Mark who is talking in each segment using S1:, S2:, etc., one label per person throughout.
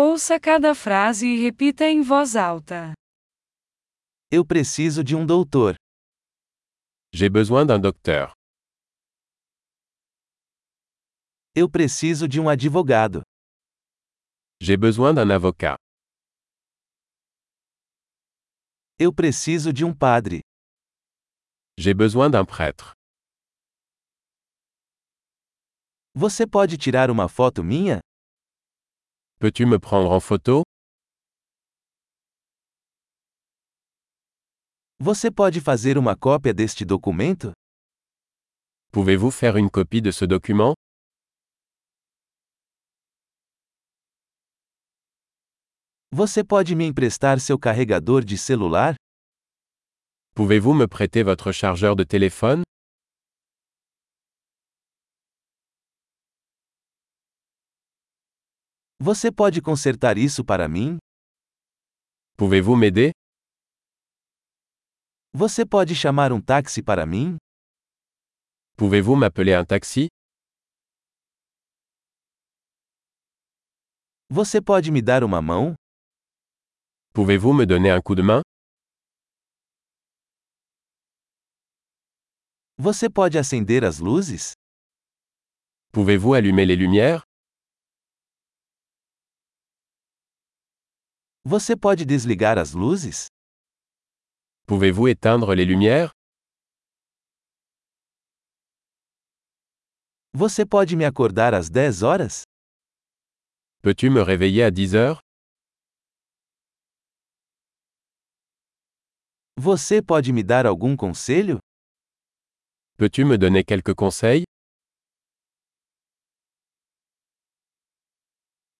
S1: Ouça cada frase e repita em voz alta.
S2: Eu preciso de um doutor.
S3: J'ai besoin d'un docteur.
S2: Eu preciso de um advogado.
S3: J'ai besoin d'un avocat.
S2: Eu preciso de um padre.
S3: J'ai besoin d'un prêtre.
S2: Você pode tirar uma foto minha?
S3: Peux-tu me prendre en photo
S2: Você pode fazer uma cópia deste documento?
S3: Pouvez-vous faire une copie de ce document
S2: Você pode me emprestar seu carregador de celular?
S3: Pouvez-vous me prêter votre chargeur de téléphone
S2: Você pode consertar isso para mim?
S3: Pouvez-vous m'aider
S2: Você pode chamar um táxi para mim?
S3: Pouvez-vous m'appeler un taxi
S2: Você pode me dar uma mão?
S3: Pouvez-vous me donner un coup de main
S2: Você pode acender as luzes?
S3: Pouvez-vous allumer les lumières
S2: Você pode desligar as luzes?
S3: Pouvez-vous éteindre les lumières
S2: Você pode me acordar às 10 horas?
S3: Peux-tu me réveiller à 10 heures
S2: Você pode me dar algum conselho?
S3: Peux-tu me donner quelques conseils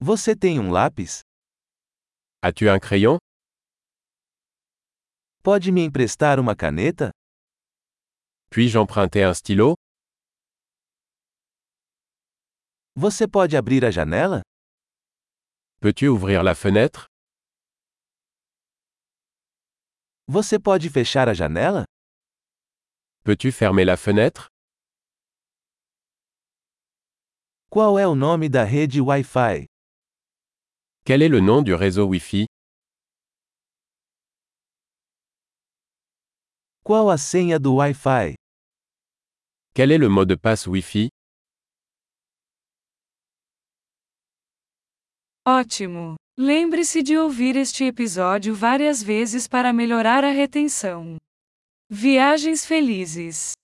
S2: Você tem um lápis?
S3: As-tu un crayon
S2: Pode me emprestar uma caneta?
S3: Puis-je emprunter un stylo
S2: Você pode abrir a janela?
S3: Peux-tu ouvrir la fenêtre
S2: Você pode fechar a janela?
S3: Peux-tu fermer la fenêtre
S2: Qual é o nome da rede Wi-Fi?
S3: Quel est le nom du réseau Wi-Fi
S2: Qual a senha do Wi-Fi?
S3: Quel est le mot de passe Wi-Fi
S1: Ótimo! Lembre-se de ouvir este episódio várias vezes para melhorar a retenção. Viagens felizes!